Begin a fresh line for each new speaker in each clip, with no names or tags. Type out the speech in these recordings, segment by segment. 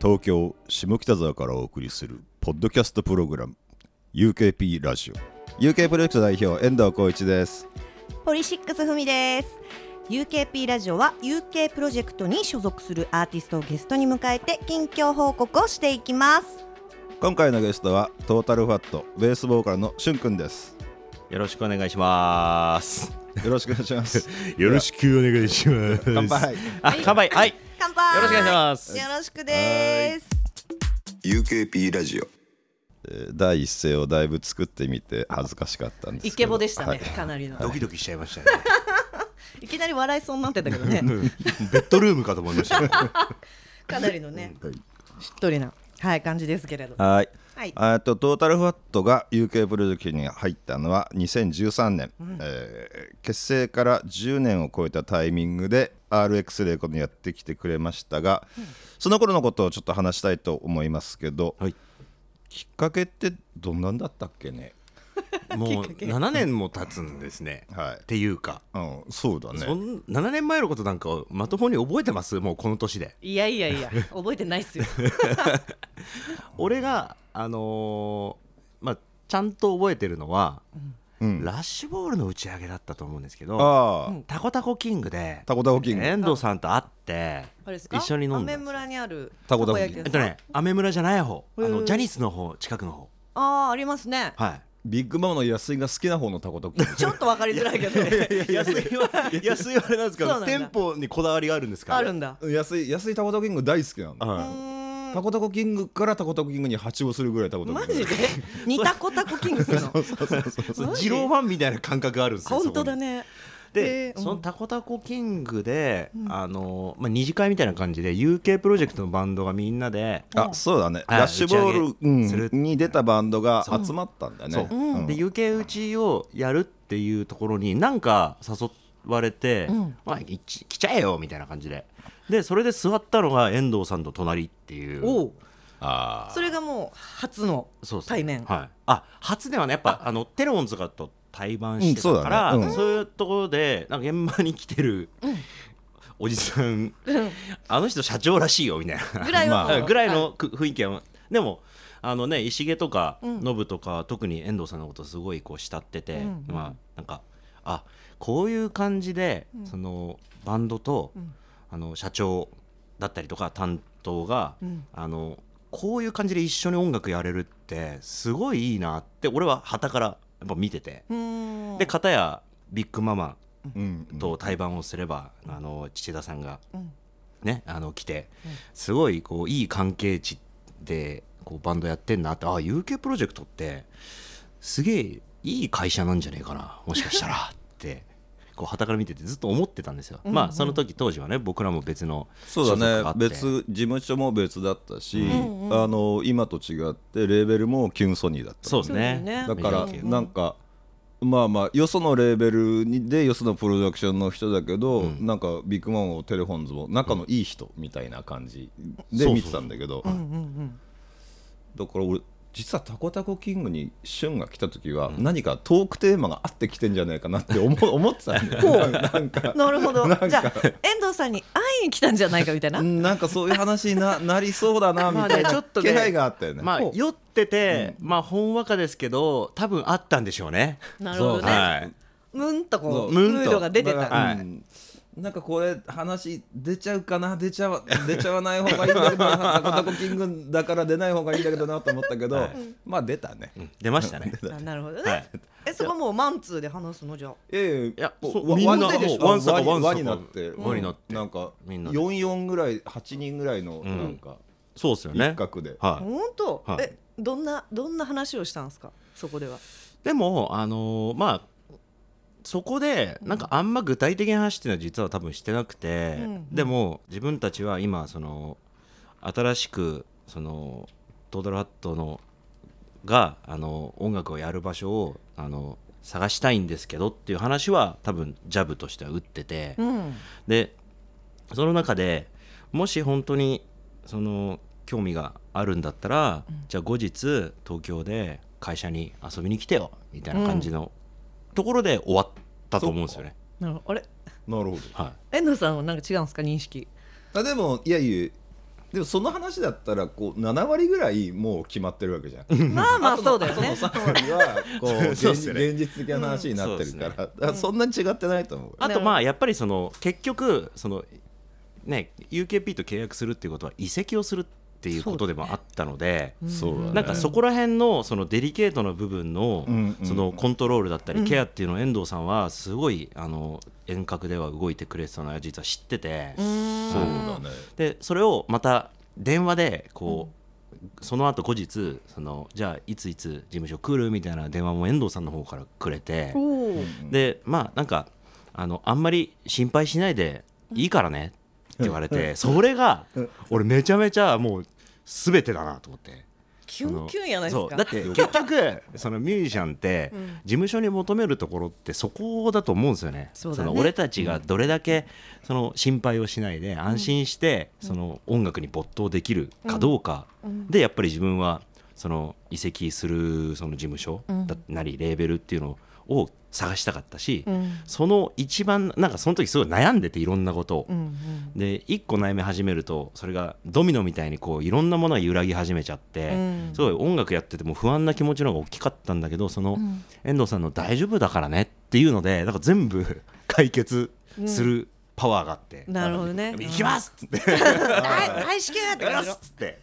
東京下北沢からお送りするポッドキャストプログラム UKP ラジオ UK プロジェクト代表遠藤浩一です
ポリシックスふみです。UKP ラジオは UK プロジェクトに所属するアーティストをゲストに迎えて近況報告をしていきます。
今回のゲストはトータルファットベースボーカルのしゅんくんです
よろしくお願いします。
よろしくお願いします
よろしくお願いしま す。
乾。杯
あ、乾杯。はい。よ
乾杯。
ろしくお願いします。
よろしくです。
UKP ラジオ
えー第一声をだいぶ作ってみて恥ずかしかったんですけど
イケボでしたね、
はい
かなりの、
ドキドキしちゃいましたね
い。きなり笑いそうになってたけどね、
ベッドルームかと思いました よ
かなりのね、
はい
しっとりな、はい、感じですけれど。
はい。
はい
えーっとトータルファットが UK プロジェクトに入ったのは2013年、えー結成から10年を超えたタイミングで RX レコにやってきてくれましたが、その頃のことをちょっと話したいと思いますけど、
はい
きっかけってどんなんだったっけね
もう7年も経つんですね
はい
っていうか、
うん、そうだ
そ
ね
ん7年前のことなんかをまともに覚えてますもうこの年で
いやいやいや、覚えてないっすよ。
俺があのーまあちゃんと覚えてるのは、
うん
ラッシュボールの打ち上げだったと思うんですけど
ああ、
タコタコキングで
タコタコキング
遠藤さんと会って
あれですか
一緒に飲んだんです
雨村にある
たこ
た
たこ
こ焼き
え
で
っ
す
えっ
か
とねアメ村じゃない方あ
へ
の
ー
ジャニスの方近くの方
ああ、あります ね。
はい
ビッグマムの安井が好きな方のタコタコ キング
ちょっとわかりづらいけど、
安いは 安いはあれなんですけ
そうなん
ど
だ
店舗にこだわりがあるんですから
あるんだ。
安井安井タコタコキング大好きなの、
う
はい
ーん
タコタコキングからタコタコキングに発をするぐらいタコタコ
マ
キング
ジで似たこたこキングスの
そう
マジ
二郎ファンみたいな感覚があるんですよ
本当だ
そこ
ね
にで、
うん
そのタコタコキングで、あのまあ、二次会みたいな感じで UK プロジェクトのバンドがみんなで、
あそうだね、
はい
ラッシュボー
打ち
ル、う
上げする
ん、に出たバンドが集まったんだよ
そう
ね。
うん
で UK 打ちをやるっていうところになんか誘われて、
うん
まあ、いち来ちゃえよみたいな感じででそれで座ったのが遠藤さんと隣っていう
おう
あ
それがもう初の
そうそう
対面
はい、あ初ではねやっぱあのテレオンズがと対バンして
うん
た
そう
か
だ
ら、
ね
そう
うん
いうところでなんか現場に来てる、おじさん
うん
あの人社長らしいよみたい
ぐらいは
な、
もう
ぐらいのく雰囲気はでもあのね石毛とか
うん
ノブとか、特に遠藤さんのことすごいこう慕ってて、
うん
まあなんかあこういう感じで、
うん
そのバンドと、
うん
あの社長だったりとか担当が、
うん
あのこういう感じで一緒に音楽やれるってすごいいいなって俺は傍からやっぱ見てて、
うーん
で片やビッグママ
うんうん
と対バンをすれば、あの父田さんが
うん
ね、あの来て
うん
すごいこういい関係値でこうバンドやってんなってああ UK プロジェクトってすげえいい会社なんじゃねえかなもしかしたらってこう傍から見ててずっと思ってたんですよ、
うんうん
まあその時当時はね僕らも別の
そう
所
だ
属があ
ね
って
別事務所も別だったし、
うんうん
あの今と違ってレーベルもキュンソニーだった
そうですね
そうですね
だから
うんうん
なんかまあまあよそのレーベルにでよそのプロダクションの人だけど、
うん
なんかビッグマンをテレフォンズも仲のいい人みたいな感じで
そうそうそう
見てたんだけど、
うんうん
だから俺実は「タコタコキング」にシュンが来た時は何かトークテーマが合ってきてんじゃないかなって 思思ってたんだよなんか
うんなるほどじゃあ遠藤さんに会いに来たんじゃないかみたいな
うんなんかそういう話にななりそうだなみたい
まあねちょ
な
っとね
気配があったよね。
まあ
ほう
酔ってて、まあほんわかですけど多分あったんでしょうね。
なるほどね
はい
ムンとこ
そうう
ム
ムンと
ードが出て
だか
た
ら
はい
うんなんかこれ話出ちゃうかな出ちゃわ 出ちゃわない方がいいんだけどなタコタコキングだから出ない方がいいんだけどなと思ったけど、
はい
まあ出たね。
うん出まし たね。
あなるほど
は
ね
い
えそこもうマンツーで話すのじゃあ
いやいやい
いや
もう
そう
わ
みんな
ワンでしょ
もうワンサ
ワ
カ
ン
ワンサカ
ワンになって
ワンになって
なんか
みんなで
44ぐらい8人ぐらいの
うん
なんか
そうですよ
一
ね。
角で、
はい。
本当
はい
えどんなどんな話をしたんですかそこでは
でもあのーまあそこでなんかあんま具体的な話っていうのは実は多分してなくて、
うん
でも自分たちは今その新しくそのトードルハットのがあの音楽をやる場所をあの探したいんですけどっていう話は多分ジャブとしては打ってて、
うん
でその中でもし本当にその興味があるんだったら、じゃあ後日東京で会社に遊びに来てよみたいな感じのところで終わったと思うんですよね。
なるほどあれ
なるほど
は
遠藤さんはなんか違うんですか認識
あでもいやいやでもその話だったらこう7割ぐらいもう決まってるわけじゃん
まあまあそうだよね
あとの3割 はこう
そ
現
うっす
実
よね
現実的な話になってるから,、
うんそ
そんなに違ってないと思うよ、
あとまあやっぱりその結局そのね UKP と契約するっていうことは移籍をするっていうことでもあったので、
そうだね
なんかそこら辺のそのデリケートな部分の
うん
そのコントロールだったりケアっていうのを遠藤さんはすごいあの遠隔では動いてくれてたのは実は知ってて
そうだね
でそれをまた電話でこう、その後後日そのじゃあいついつ事務所来るみたいな電話も遠藤さんの方からくれて
お、お
でまあなんかあのあんまり心配しないでいいからねって言われて、それが俺めちゃめちゃもう全てだなと思って。
キュンキュンやないです
そう
か
だって結局そのミュージシャンって事務所に求めるところってそこだと思うんですよね
そうだね
の俺たちがどれだけその心配をしないで安心してその音楽に没頭できるかどうかでやっぱり自分はその移籍するその事務所だなりレーベルっていうのを探したかったし、その一番なんかその時すごい悩んでていろんなことを、で一個悩み始めるとそれがドミノみたいにこういろんなものが揺らぎ始めちゃって、すごい音楽やってても不安な気持ちの方が大きかったんだけどその遠藤さんの「大丈夫だからね」っていうのでなんか全部解決するパワーがあって「
なるほどね
行きます!」っつって
大大至急っ
「
て
や
感
り
じの
ます!」っつって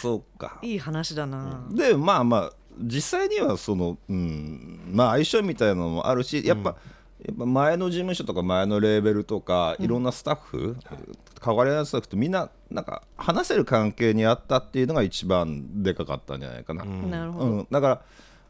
そうか
いい話だな、
でまあまあ実際にはその、うん、まあ相性みたいなのもあるしやっぱ、やっぱ前の事務所とか前のレーベルとか、いろんなスタッフ、変わりないスタッフとみんななんか話せる関係にあったっていうのが一番でかかったんじゃないかな。
なるほど、
うん、だから、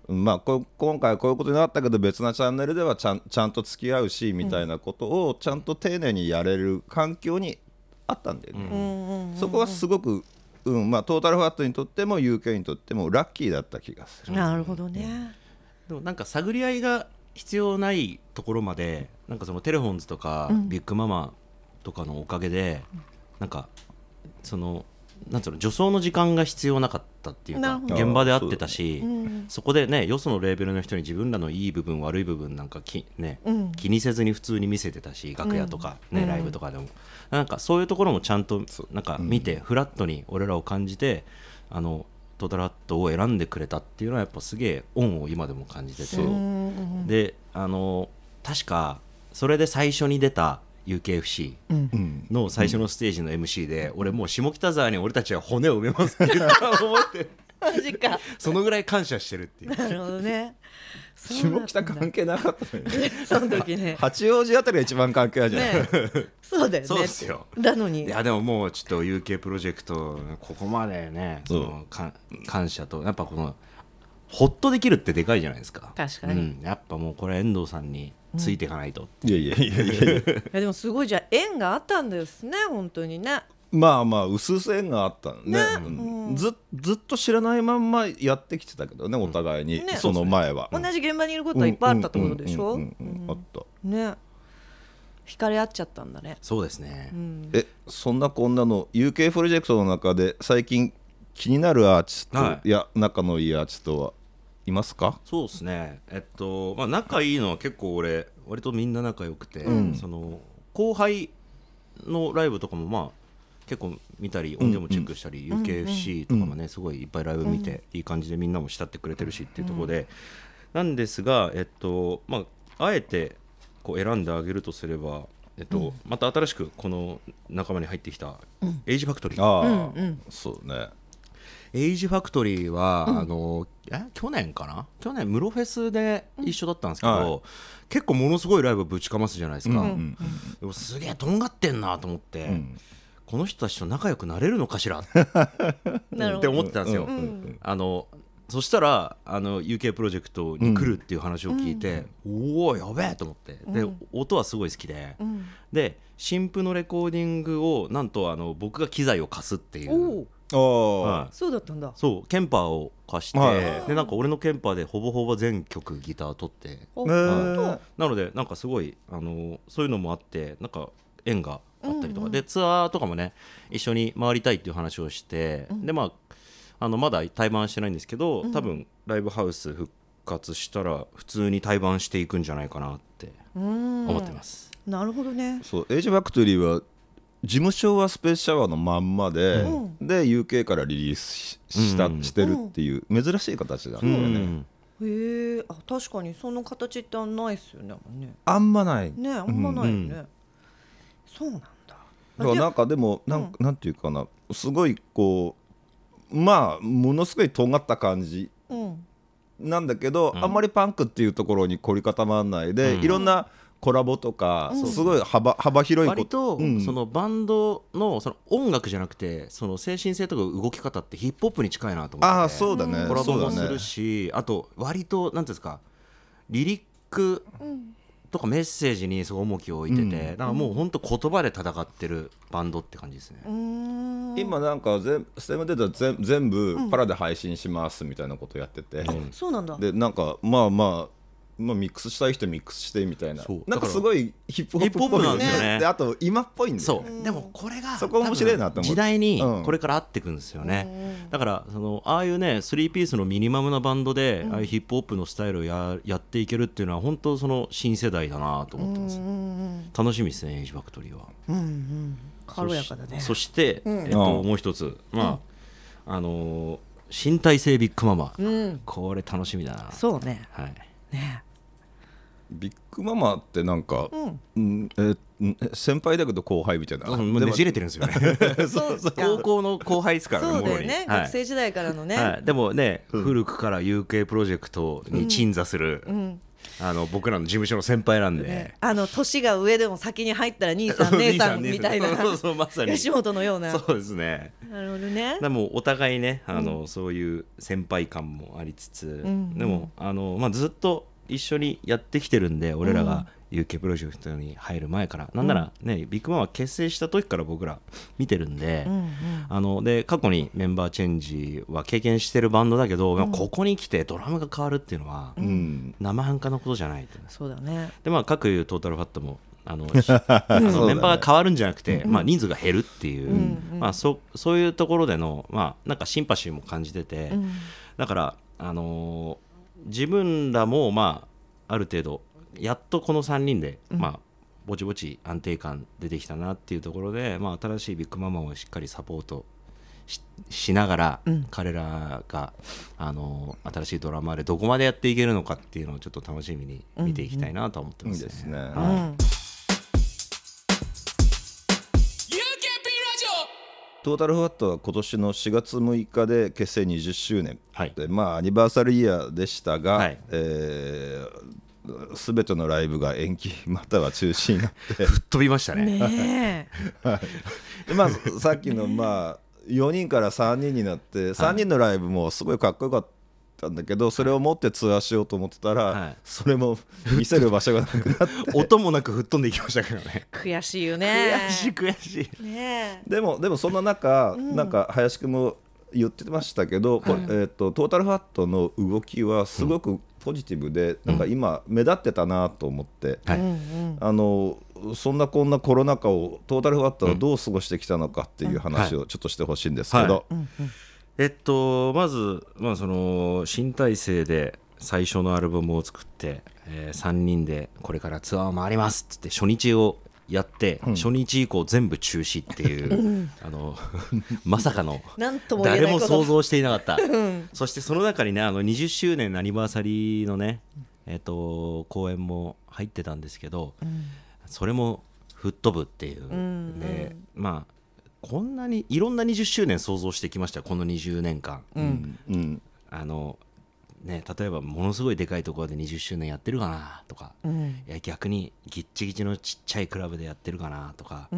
うんまあ、こ今回こういうことになったけど別なチャンネルではちゃんちゃんと付き合うしみたいなことをちゃんと丁寧にやれる環境にあったんだよね。そこはすごく、うんまあ、トータルファットにとっても UK にとってもラッキーだった気がする。
なるほどね、
でもなんか探り合いが必要ないところまでなんかそのテレフォンズとかビッグママとかのおかげで、なんかそのなんつうの助走の時間が必要なかったっていう
なる
か
ほど
現場で会ってたしそ,、こでねよそのレーベルの人に自分らのいい部分悪い部分なんかき、ね気にせずに普通に見せてたし楽屋とか、ねライブとかでもなんかそういうところもちゃんとなんか見て、フラットに俺らを感じてあのトータルハットを選んでくれたっていうのはやっぱすげえ恩を今でも感じててであの確かそれで最初に出た UKFC の最初のステージの MC で、俺もう下北沢に俺たちは骨を埋めますって言ったのを覚えて
マジか
そのぐらい感謝してるっていう
なるほどねそうだ
下北
ったんだ
関係なかったのよね
その時ね
八王子あたりが一番関係あるじゃない、
ね そうだよね
そうですよ
なのに
いやでももうちょっと UK プロジェクトここまでねそ
そう
のか感謝とやっぱこのほっとできるってでかいじゃないですか
確かに
うん、やっぱもうこれ遠藤さんについていかないと、
いやいやいやいやいや
いやでもすごいじゃあ縁があったんですね本当にね
まあまあ薄線があったのねうんずずっと知らないまんまやってきてたけどねお互いに、
ね
その前は。
同じ現場にいることはいっぱいあったってことでしょ
うんうんうんうんあった
ね惹かれ合っちゃったんだね
そうですね、
えそんなこんなの UK プロジェクトの中で最近気になるアーティスト、
はい
い、や仲のいいアーティストはいますか
そうですねえっとまあ仲いいのは結構俺割とみんな仲良くて、その後輩のライブとかもまあ結構見たり音源もチェックしたり、UKFC とかもね、すごいいっぱいライブ見て、いい感じでみんなも慕ってくれてるしっていうところで、なんですがえっとまああえてこう選んであげるとすればえっと、また新しくこの仲間に入ってきた、エイジファクトリー
ああ、そうね
エイジファクトリーは、あのえ去年かな去年ムロフェスで一緒だったんですけど、
うんはい
結構ものすごいライブぶちかますじゃないですか、でもすげえとんがってんなと思って、この人たちと仲良くなれるのかしらって
なるほ
って
ど
思ってたんですよ。あのそしたらあの UK プロジェクトに来るっていう話を聞いて、おおやべえと思ってで、音はすごい好きで、で新婦のレコーディングをなんとあの僕が機材を貸すっていう。
おお
ああ、
はい
そうだったんだ
そうケンパーを貸して、
はい
でなんか俺のケンパーでほぼほぼ全曲ギター取って、
お
ね
はいなのでなんかすごいあのそういうのもあってなんか縁があったりとか、でツアーとかもね一緒に回りたいっていう話をして、でまああのまだ対バンしてないんですけど、多分ライブハウス復活したら普通に対バンしていくんじゃないかなって思ってます。
なるほどね
そうエイジファクトリーは事務所はスペースシャワーのまんまで、で UK からリリースしした、
うん
してるっていう珍しい形だね、
う
これね
ん
へえあ確かにその形ってないっすよねあんまね
あんまない
ねあんまないよね、
う
そうなんだ
だからなんかでもなん,、なんていうかなすごいこうまあものすごい尖った感じ
うん
なんだけど、あんまりパンクっていうところに凝り固まらないで、いろんなコラボとか、すごい幅幅広いこ
割と、
うん
そのバンドのその音楽じゃなくてその精神性とか動き方ってヒップホップに近いなと思ってて
ああそうだね、
コラボ
そう
も
だ
す
ね
るし、あと割となんていうんですかリリックとかメッセージにすごい重きを置いてて、
うん
だからもう本当言葉で戦ってるバンドって感じですね、
うーん
今なんか全ステムデータ全全部パラで配信しますみたいなことやってて、
そうなんだ
でなんかまあまあまあ、ミックスしたい人ミックスしてみたいな
そう
なん
だか
からすごいヒップホップっぽい
ヒップホップなんですよね
であと今っぽいんだよ
そ
ね
うでもこれが
そこ面白いなと思う
多分時代に
うん
これから合ってくんですよね、だからそのああいうね3ピースのミニマムなバンドで、ああいうヒップホップのスタイルをややっていけるっていうのは本当その新世代だなと思ってます、楽しみですねエイジファクトリーは
軽やかだね
そして、えっと、
うん
もう一つ、まああのー身体性ビッグママ、
ん
これ楽しみだな、
そうね
はい、
ね
ビッグママってなんか、
ん
うんえうんえ先輩だけど後輩みたいな、
もうねじれてるんですよね
そうか
高校の後輩ですから
そうだ
も
よ
ろに
ね、
はい
学生時代からのね、
はい、でもね、古くから UK プロジェクトに鎮座する、あの僕らの事務所の先輩なんで、
あの年が上でも先に入ったら兄 さん姉さんみたいな
そうそうまさに
吉本のような
そうですね
なるほどね
でもお互いねあの、そういう先輩感もありつつ、でもあの、まあ、ずっと一緒にやってきてるんで俺らが UK プロジェクトに入る前から、なんならねビッグマンは結成した時から僕ら見てるんで、あので過去にメンバーチェンジは経験してるバンドだけど、まあここに来てドラムが変わるっていうのは、
うん、
生半可なことじゃないと
そうだね
でまあ各トータルファットもあ のしあ
そうだ
の
ね
メンバーが変わるんじゃなくて、まあ、人数が減るっていう、まあ、そそういうところでの、まあ、なんかシンパシーも感じてて、だから、あのー自分らも、まあ、ある程度やっとこの3人で、まあ、ぼちぼち安定感出てきたなっていうところで、まあ、新しいビッグママをしっかりサポートししながら、彼らが、あのー新しいドラマでどこまでやっていけるのかっていうのをちょっと楽しみに見ていきたいなとは思って
い
ま
い
すね。
ですね、トータルフワットは今年の4月6日で結成20周年、
はい
でまあアニバーサルイヤーでしたが、
はい
えー全てのライブが延期または中止になって
ぶっ飛びましたね。
ねえ
でまあ、さっきのまあ4人から3人になって3人のライブもすごいかっこよかったんだけどそれを持ってツアーしようと思ってたら、
はい
それも見せる場所がなくなって
音もなく吹っ飛んでいきましたからね。
悔しいよね
悔しい悔しい。
ね
でもでもそんな中、なんか林くんも言ってましたけど、これえー、とトータルファットの動きはすごくポジティブで、なんか今目立ってたなと思って、
はい
あのそんなこんなコロナ禍をトータルファットはどう過ごしてきたのかっていう話をちょっとしてほしいんですけど、
えっとまずまあその新体制で最初のアルバムを作って、え3人でこれからツアーを回りますっつって初日をやって、初日以降全部中止っていうあの まさかの
なんとも言えない
誰
こ
も
と
想像していなか った、そしてその中にねあの20周年のアニバーサリーのね、えっと公演も入ってたんですけど、それも吹っ飛ぶっていう、でまあこんなにいろんな20周年想像してきましたよこの20年間、
うん
あのね、例えばものすごいでかいところで20周年やってるかなとか、いや逆にギッチギチのちっちゃいクラブでやってるかなとか、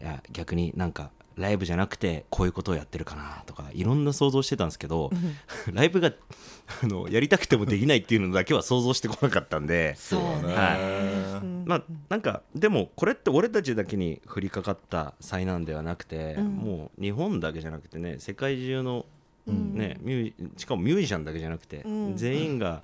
いや逆になんかライブじゃなくてこういうことをやってるかなとかいろんな想像してたんですけど、 ライブがあのやりたくてもできないっていうのだけは想像してこなかったんで。
そうね
はいまあ、なんかでもこれって俺たちだけに降りかかった災難ではなくて、もう日本だけじゃなくてね世界中の、ねミュージしかもミュージシャンだけじゃなくて、全員が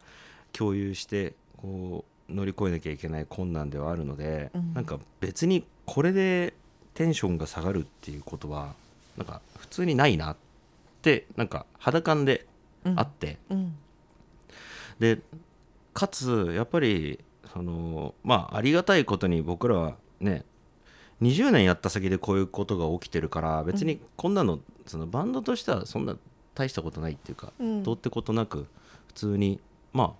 共有してこう乗り越えなきゃいけない困難ではあるので、なんか別にこれでテンションが下がるっていうことはなんか普通にないなってなんか肌感であって。でかつやっぱりそのまあありがたいことに僕らはね20年やった先でこういうことが起きてるから別にこんなのそのバンドとしてはそんな大したことないっていうか、
うん
どうってことなく普通にまあ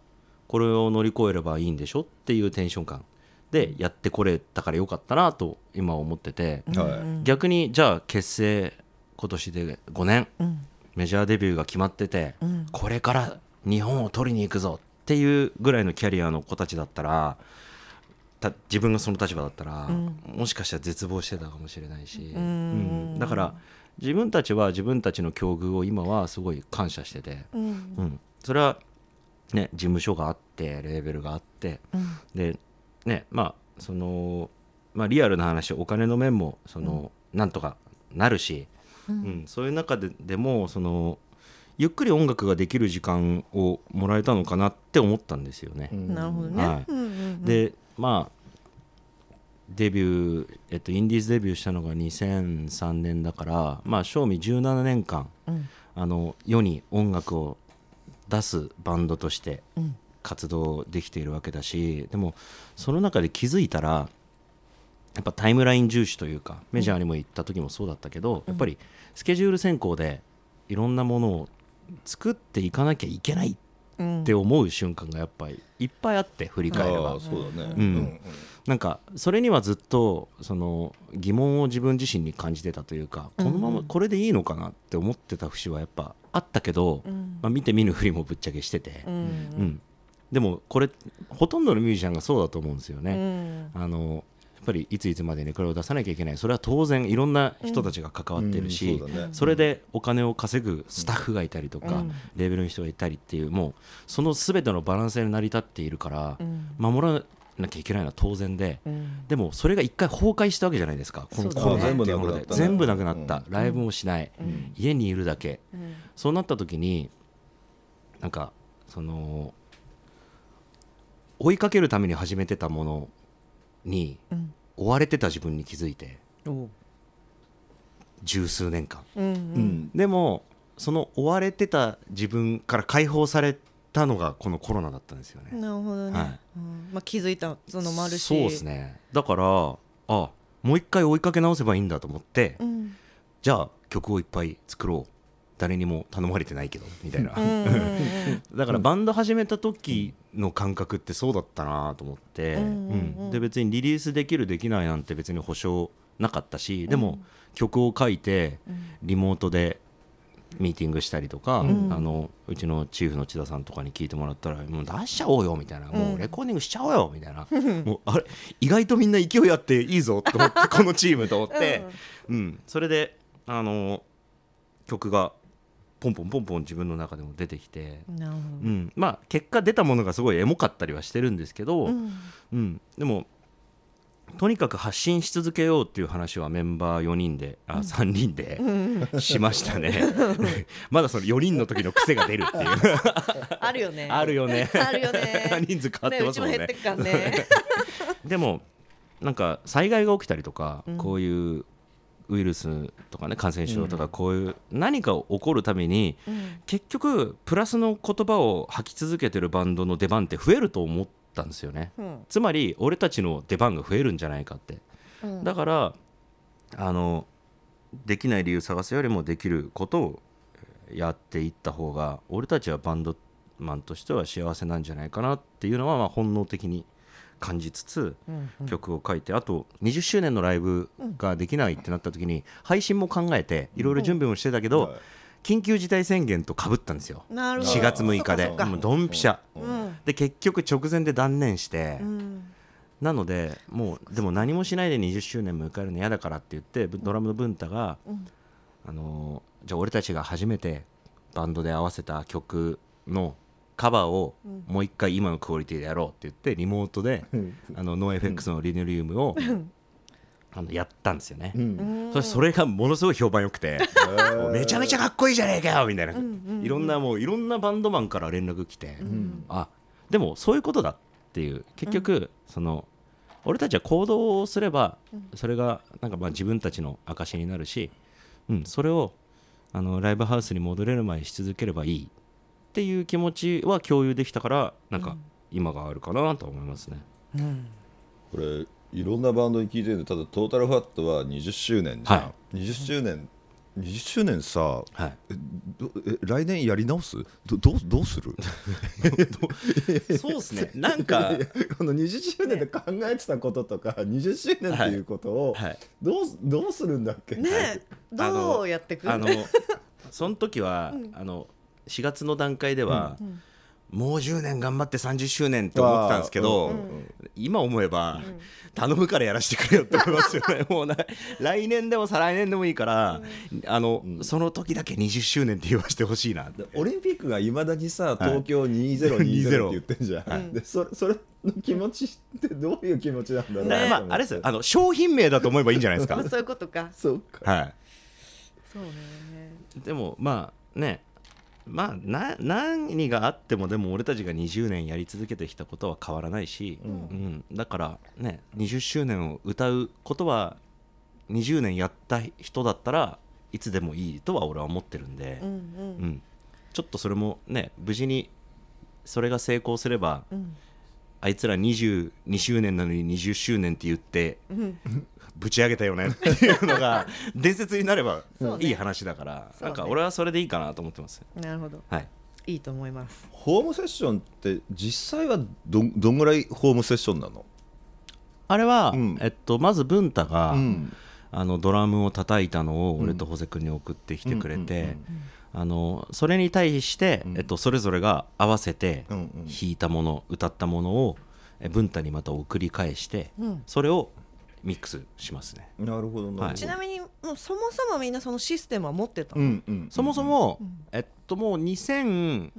これを乗り越えればいいんでしょっていうテンション感でやってこれたからよかったなと今思ってて、
は
逆にじゃあ結成今年で5年、
ん
メジャーデビューが決まってて、これから日本を取りに行くぞっていうぐらいのキャリアの子たちだったらた自分がその立場だったら、もしかしたら絶望してたかもしれないし、うんだから自分たちは自分たちの境遇を今はすごい感謝してて、
うん
うん、それは、ね、事務所があってレーベルがあって、でねまあその、まあ、リアルな話お金の面もその、なんとかなるし、うんそういう中ででもそのゆっくり音楽ができる時間をもらえたのかなって思ったんですよね。
なるほどね、
はい
うんうん
でまあデビュー、えっと、インディーズデビューしたのが2003年だからまあ正味17年間、あの世に音楽を出すバンドとして活動できているわけだし、でもその中で気づいたらやっぱタイムライン重視というかメジャーにも行った時もそうだったけど、やっぱりスケジュール選考でいろんなものを作っていかなきゃいけないって思う瞬間がやっぱりいっぱいあって振り
い、あ
返れば
あそうだね、
うんなんかそれにはずっとその疑問を自分自身に感じてたというかこのままこれでいいのかなって思ってた節はやっぱあったけど、まあ、見て見ぬふりもぶっちゃけしてて、
うん
うんでもこれほとんどのミュージシャンがそうだと思うんですよ
う
ね。
ん
あのやっぱりいついつまでにこれを出さなきゃいけないそれは当然いろんな人たちが関わってるし、
うんそうだね
それでお金を稼ぐスタッフがいたりとか、レーベルの人がいたりっていうもうその全てのバランスに成り立っているから、守らなきゃいけないのは当然で、でもそれが一回崩壊したわけじゃないですかこの
そうだ
コロ
ね
ナっていうもので全
全部
部
な
なく
く
な
な
っ
ったた、
ライブもしない、家にいるだけ、そうなった時になんかその追いかけるために始めてたものに追われてた自分に気づいて
おう
十数年間
うん
うん
でもその追われてた自分から解放されたのがこのコロナだったんですよね
なるほどね、
はい
うんまあ、気づいたのもあるし
そうですねだからあもう一回追いかけ直せばいいんだと思って、
うん
じゃあ曲をいっぱい作ろう誰にも頼まれてないけどみたいな、
うんうんうん
だからバンド始めた時の感覚ってそうだったなと思って、
うんうんうん
で別にリリースできるできないなんて別に保証なかったしでも曲を書いてリモートでミーティングしたりとか、あのうちのチーフの千田さんとかに聞いてもらったらもう出しちゃおうよみたいな、もうレコーディングしちゃおうよみたい な、もうあれ意外とみんな勢いあっていいぞと思って このチームと思って、うんそれであの曲がポンポンポンポン自分の中でも出てきて、
なるほど
うん、まあ結果出たものがすごいエモかったりはしてるんですけど、うんでもとにかく発信し続けようっていう話はメンバー4人であ3人でしました ねまだその4人の時の癖が出るって いう
あるよね
あるよね
あるよ ね
人数変わってますもんね
ねうちも減ってっから ね
でもなんか災害が起きたりとか、こういうウイルスとかね感染症とかこういう何か起こるために、結局プラスの言葉を吐き続けてるバンドの出番って増えると思ったんですよね、
うん
つまり俺たちの出番が増えるんじゃないかって、
うん
だからあのできない理由探すよりもできることをやっていった方が俺たちはバンドマンとしては幸せなんじゃないかなっていうのはまあ本能的に感じつつ、曲を書いてあと20周年のライブができないってなった時に配信も考えていろいろ準備もしてたけど、
はい
緊急事態宣言とかぶったんですよ
なるほど
4月6日で
そっかそ
もう
っか
ドンピシャ、
うん
で結局直前で断念して、
うん
なのでもうでも何もしないで20周年迎えるの嫌だからって言ってぶドラムの文太が、あのーじゃあ俺たちが初めてバンドで合わせた曲のカバーをもう一回今のクオリティでやろうって言ってリモートで、あのノーエフェクスのリネリウムを、あのやったんですよね、それそれがものすごい評判良くて、もうめちゃめちゃかっこいいじゃねえかよみたいな、いろんなもういろんなバンドマンから連絡来て、あでもそういうことだっていう結局、その俺たちは行動をすればそれがなんかまあ自分たちの証になるし、うん、それをあのライブハウスに戻れる前にし続ければいいっていう気持ちは共有できたからなんか今があるかなと思いますね。
これいろんなバンドに聴いてるただトータルファットは20周年じゃん、
は
20周年20周年さ
はい
えどえ来年やり直すどどうどうする
そうですねなんか
この20周年で考えてたこととか、20周年っていうことを
はい
どう,、どうするんだっけ、
ねえ
あの
どうやってく
あ
るの
のその時は、あの4月の段階では、
ん
もう10年頑張って30周年って思ってたんですけど、
うん
今思えば、頼むからやらせてくれよって思いますよ ねもうな来年でも再来年でもいいから、あの、その時だけ20周年って言わせてほしいなって
オリンピックがいまだにさ東京2020って言ってんじゃん、でそそれの気持ちってどういう気持ちなんだろう
だからまあ、あれですよあの商品名だと思えばいいんじゃな いです か
そういうことか
そうか
は
そうね
いでもまあねまあな何があってもでも俺たちが20年やり続けてきたことは変わらないし、うんだからね20周年を歌うことは20年やった人だったらいつでもいいとは俺は思ってるんで、
うん
うんちょっとそれもね無事にそれが成功すれば、
ん
あいつら22周年なのに20周年って言って、ぶち上げたよねっていうの が伝説になれば
そうね
いい話だから、
そうね
なんか俺はそれでいいかなと思ってます。
うんなるほど
はい、
いいと思います
ホームセッションって実際はどどんぐらいホームセッションなの、
あれは、
うん
えっと、まず文太が、
うん
あのドラムを叩いたのを俺とホセ君に送ってきてくれて、
うんうん
あのそれに対して、
ん
えっと、それぞれが合わせて
うんう
弾
ん
いたもの、歌ったものをえ文太にまた送り返して、それをミックスしますね。
なるほど
はい
ちなみにもうそもそもみんなそのシステムは持ってた
う
の、
んうん、
そもそも、えっともう2009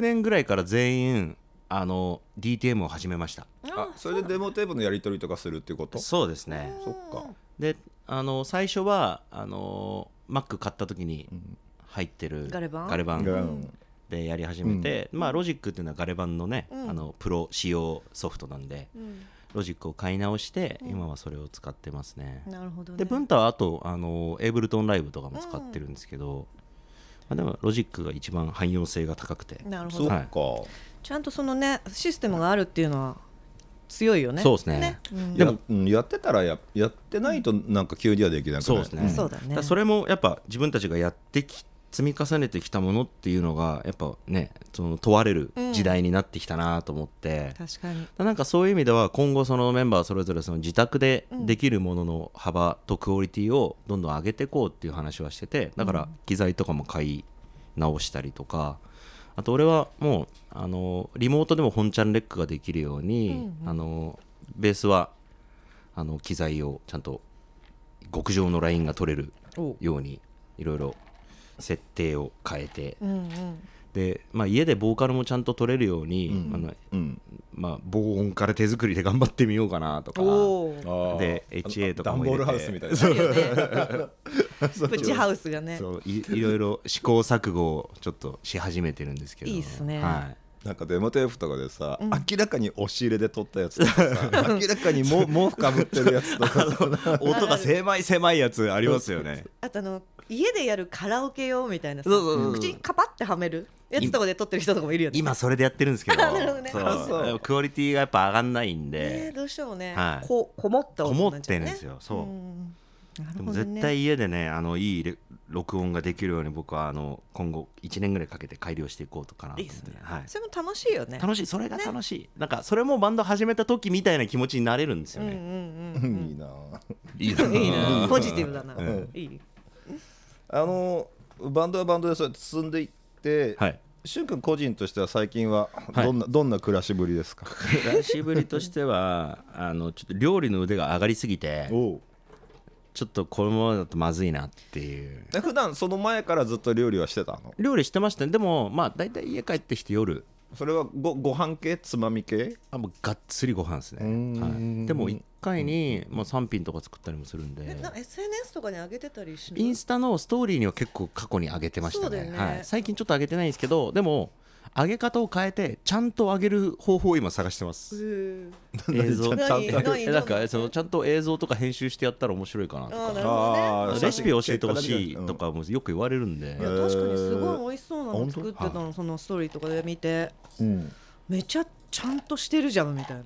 年ぐらいから全員あの DTM を始めました。
あそれでデモテープのやり取りとかするっていうこと
そうですね。
そっか
であの最初はあの Mac 買った時に入ってる
ガレ版
ガレ版
うん
でやり始めて、まあロジックっていうのはガレ版のね、
うん
あのプロ仕様ソフトなんで
うん
ロジックを買い直して、今はそれを使ってますね。
なるほどね
で文太はあとあのエイブルトンライブとかも使ってるんですけど、まあ、でもロジックが一番汎用性が高くて、
なるほ
そ
ど
っか、
ちゃんとそのねシステムがあるっていうのは強いよね
そうですね
うん
でもや,、うん、やってたらややってないとなんか急にはできなくない
そうですね、
そうだね
からそれもやっぱ自分たちがやってき積み重ねてきたものっていうのがやっぱねその問われる時代になってきたなと思って、
確かに
なんかそういう意味では今後そのメンバーそれぞれその自宅でできるものの幅とクオリティをどんどん上げていこうっていう話はしててだから機材とかも買い直したりとかあと俺はもうあのリモートでも本ちゃんレックができるように、あのベースはあの機材をちゃんと極上のラインが取れる
お
ようにいろいろ設定を変えて、
うんうん
で、まあ、家でボーカルもちゃんと取れるように、あの
うん、
まあ、防音から手作りで頑張ってみようかなとか
おお
で HA とかも
ダンボ
入
ール
れ
ハウスみた
て
いな
プチハウスがね
そうい いろいろ試行錯誤をちょっとし始めてるんですけど
いいっすね
は
なんかデモテープとかでさ、明らかに押し入れで撮ったやつとか さ明らかにも毛布かぶってるやつと かさ
い、音が狭い狭いやつありますよ ね
あとあの家でやるカラオケ用みたいなさ
そうそうそう
口にカパってはめるやつとかで撮ってる人とかもいるよね
今それでやってるん ですけど
るほどね
そう
あ
そう
でもクオリティがやっぱ上がんないん
ね
で、
どうしてもね
はい
ここもった
こ
音
も
にな
っ
っちゃ
て
う
るん
ね
ですよそう、
んなる
で
ほ
も
ど
絶
ね
対家でねあのいいレ録音ができるように僕はあの今後1年ぐらいかけて改良していこうとかなと
いい
思
っ
っ
す
て
ね
はい、
それも楽しいよね
楽しいそれが楽しい、なんかそれもバンド始めた時みたいな気持ちになれるんですよ
うん
ね、
うん
いいなあ
いいな
うんいいなポジティブだな
うん
いい
あのバンドはバンドでそうやって進んでいって、
はい
しゅんくん個人としては最近は
はい
どんな、どんな暮らしぶりですか
久しぶりとしてはあのちょっと料理の腕が上がりすぎて
おう
ちょっとこのままだとまずいなっていう
え普段その前からずっと料理はしてたの
料理してましたねでもまあ大体家帰ってきて夜
それはごご飯系つまみ系
あもうがっつりご飯ですね、はい、でも1回に、まあ、3品とか作ったりもするん
え
で
な SNS とかに上げてたりしない
インスタのストーリーには結構過去に上げてました
そうだ
ね
よね
はい、最近ちょっと上げてないんですけどでも上げ方を変えてちゃんと上げる方法を今探してます
うん
映 像
ちゃんと何何
えなんかそのちゃんと映像とか編集してやったら面白いかなと
あーな
か
るほどね
あー
レシピ教えてほしいとかもよく言われるんで
いや
へー
確かにすごい美味しそうな
本
の
当
作ってたのそのストーリーとかで見て
うん
めちゃちゃんとしてるじゃんみたいな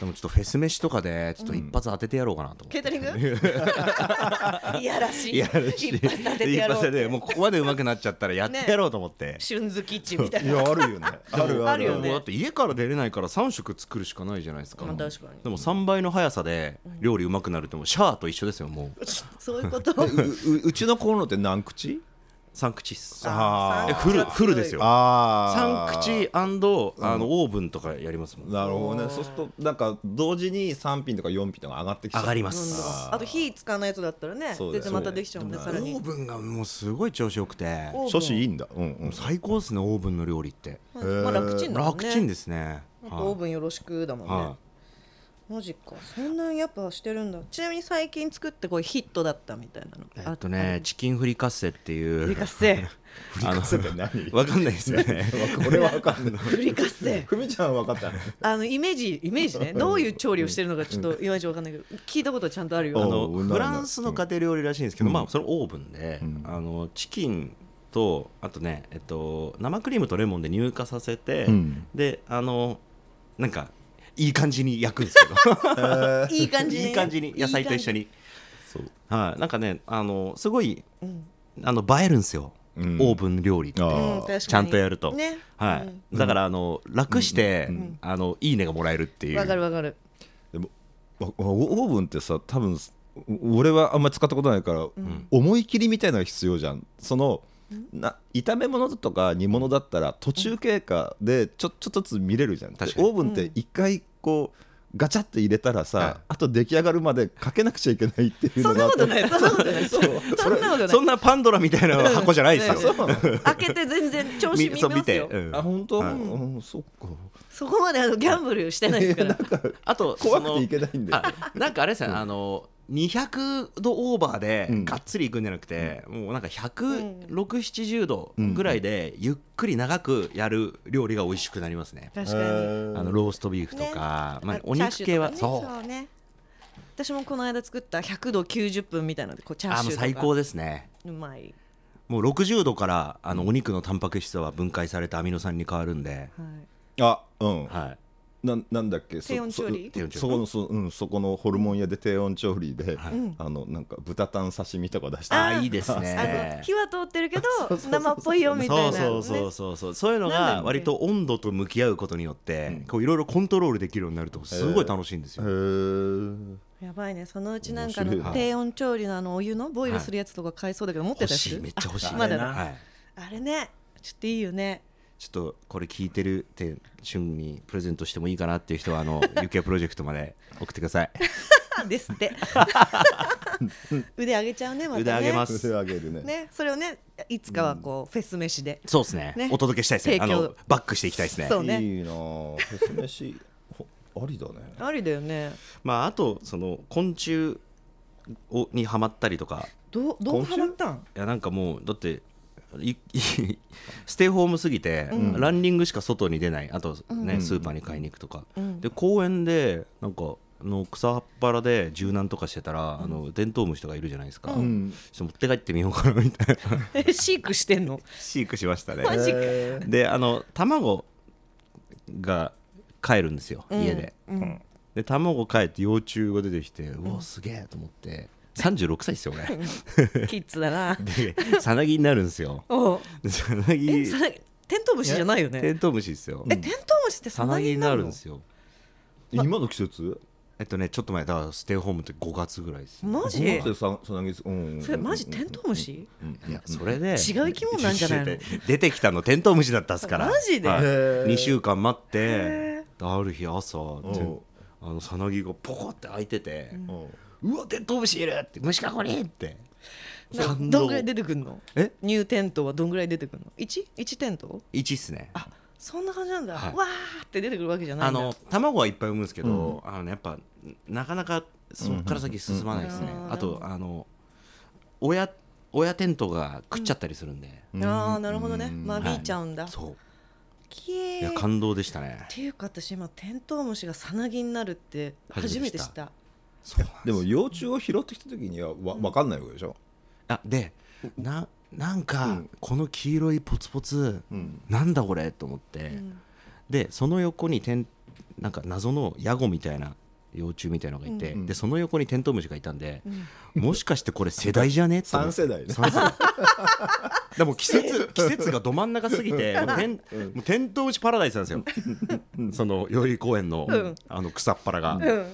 でもちょっとフェス飯とかでちょっと一発当ててやろうかなと思っ
ケ
て、
ータリング いやらしい
いやらしい
一発当ててやろ
一発
う
でもうここまでうまくなっちゃったらやってやろうと思って、
春月キッチンみたい
い
な
やある よねあるあ
ある
る
よ
もう
ね
だって家から出れないから3食作るしかないじゃないですか,、
まあ確かに
でも3倍の速さで料理うまくなるってもうシャーと一緒ですよもう
そういうこと
うううちのコンロって何口
3口っす
あ
えフルフルですよ
あ
3
ー
口あのオーブンとかやりますもん、
なるほどねそうするとなんか同時に3品とか4品とか上がってきちゃう
上がりま
うん
す
あと火使わないやつだったらね
そうだ
全
よ
然またできちゃうもんね
そう
さ
オ
らに
ーブンがもうすごい調子よくて
オーブン
初心いいんだうんうん
最高ですねオーブンの料理って
まあ楽ちんだもんね
楽ちんですね
なんかオーブンよろしくだもんね、
はい
マジかそんなんやっぱしてるんだちなみに最近作ってこうヒットだったみたいなの
えっとねチキンフリカッセっていう
フリカッセ
フリカセって 何
わかんないですよね
これは分かん ない
フリカッセ
ふみちゃん分かった
あのイメージイメージねどういう調理をしてるのかちょっといまいちわかんないけど聞いたことはちゃんとある
あ
よ
の
おうな
フランスの家庭料理らしいんですけど、まあそのオーブンで、
ん
あのチキンとあとね、えっと、生クリームとレモンで乳化させて、
うん
であのなんかいい感じに焼くんですけど
いい感じ
いい感じに野菜と一緒
に
にはい、なんかねあのすごい、
ん
あの映えるんですよ、
うん
オーブン料理って
あ
うん、確かに
ちゃんとやると、
ね
はいだからあの楽して、あのいいねがもらえるっていう
わかるわかる
でもわオーブンってさ多分お俺はあんまり使ったことないから、思い切りみたいなのが必要じゃんそのな炒め物とか煮物だったら途中経過でちょちょっとずつ見れるじゃんで
確かに
オーブンって一回こうガチャって入れたらさ、
はい
あと出来上がるまでかけなくちゃいけないっていう
そ
の
んな
が
こと ないそんなことないそんなことない
そんなパンドラみた いな箱じゃないですよ、
うん開けて全然調子見
みそう
ま
見
す
て、
よ
うん
あ本当、
はい
うん、そっか
そこまであのギャンブルしてないですから
あと
怖
そ
く
の
ていけないんだよ
あなんかあれですね、あの200度オーバーで
うん
がっつりいくんじゃなくて、もうなんか16070度ぐらいでゆっくり長くやる料理が美味しくなりますね、
確
へ
かに
ー
あのローストビーフとか、まあ
あ、
お肉系は、
チャーシューと
そ
かね
う
そうね私もこの間作った100度90分みたいなのでこうチャー
あ
シ
も
ュ
う
ーとか
最高ですね
うまい、
もう60度からあのお肉のタンパク質は分解されてアミノ酸に変わるんで、
はい、
あうん、
はい
ななんだっけそ
低温調理
そ
低温調理
そこのそ,、うん、そこのホルモン屋で低温調理で、
はい
あのなんか豚タン刺身とか出して
あーいいです
あ
ね
の火は通ってる けど生っぽいよみたいな
そ
ね
うそうそうそうそうそういうの
なんだっ
が
け
割と温度と向き合うことによってこういろいろコントロールできるようになるとすごい楽しいんですよ、
へー
やばいねそのうちなんか
面白い
の
な
低温調理のあのお湯のボイルするやつとか買いそうだけど持って
欲
たや
し
つ
いめっちゃ欲しい
あまだだ
はい、
あれねちょっといいよね
ちょっとこれ聞いてるって瞬にプレゼントしてもいいかなっていう人は あの UK プロジェクトまで送ってください
あですって腕上げちゃうねまたね
腕上げま
手
す
上げるね
ねそれをねいつかはこう、フェス飯で
そうですね
ね
お届けしたいですねあ
提供
のバックしていきたいですね
そうね
いいなあフェス 飯ほありだね
ありだよね
まああとその昆虫をにハマったりとか
どうどうハマったん
いやなんかもうだってい ステイホームすぎて、ランニングしか外に出ないあとね、スーパーに買いに行くとか、で公園でなんかあの草葉っぱらで柔軟とかしてたら、あの電灯虫とかいるじゃないですか、ちょっと持って帰ってみようかなみたいな
え飼育してんの
飼育しましたね
マジか
であの卵が帰るんですよ家で、で卵帰って幼虫が出てきてうわすげえと思って36歳ですよ 俺
キッズだな
でさなぎになるんですよ
おう
さな
え
ぎ
さなぎテントウムシじゃないよ
テ
ね
ントウムシですよ
えテントウムシって
さ
さ
な
な
ぎ
ぎ
に
に
な
な
る
る
ん
の
ですよ
今の季節
えっとねちょっと前だからステイホームって5月ぐらいですよ
マ
今
ジ
ってささなぎうん
それマジテントウムシ
いやそれで違う
生き物なんじゃないの
出てきたのテントウムシだったっすから
マジで
はい
へー
2週間待ってある日朝て
うん
あのさなぎがポコって開いてて
うん
うわテントウムシいるって虫かこれって
な
感
どん
動
ぐらい出てくんの
え
ニューテントウはどんぐらい出てくんの 1? 1テントウ
1っすね
あそんな感じなんだ、
はい
わーって出てくるわけじゃない
あ
んだ
の卵はいっぱい産むんですけど、あのねやっぱなかなかそこから先進まないですね、
うん
あとあの親親テントが食っちゃったりするんで、
あーなるほどね間
は
引
い
いちゃうんだ、
そう
きえ
いや感動でしたね
っていうか私今テントウムシがさなぎになるって初
初
め
め
て
て
知
知
っ
ったそうなん
でも幼虫を拾ってきた時にはわ分かんないわけでしょ
あでななんか、この黄色いポツポツ、なんだこれと思って、でその横にてんなんか謎のヤゴみたいな幼虫みたいなのがいて、
ん
でその横にテントウムシがいたんで、もしかしてこれ世代じゃねって思
3
って
世代ね
三世代でも季 節季節がど真ん中すぎてもうてんもうテントウムシパラダイスなん ですよその代々木公園の,、
うん
あの草っぱらが、
ん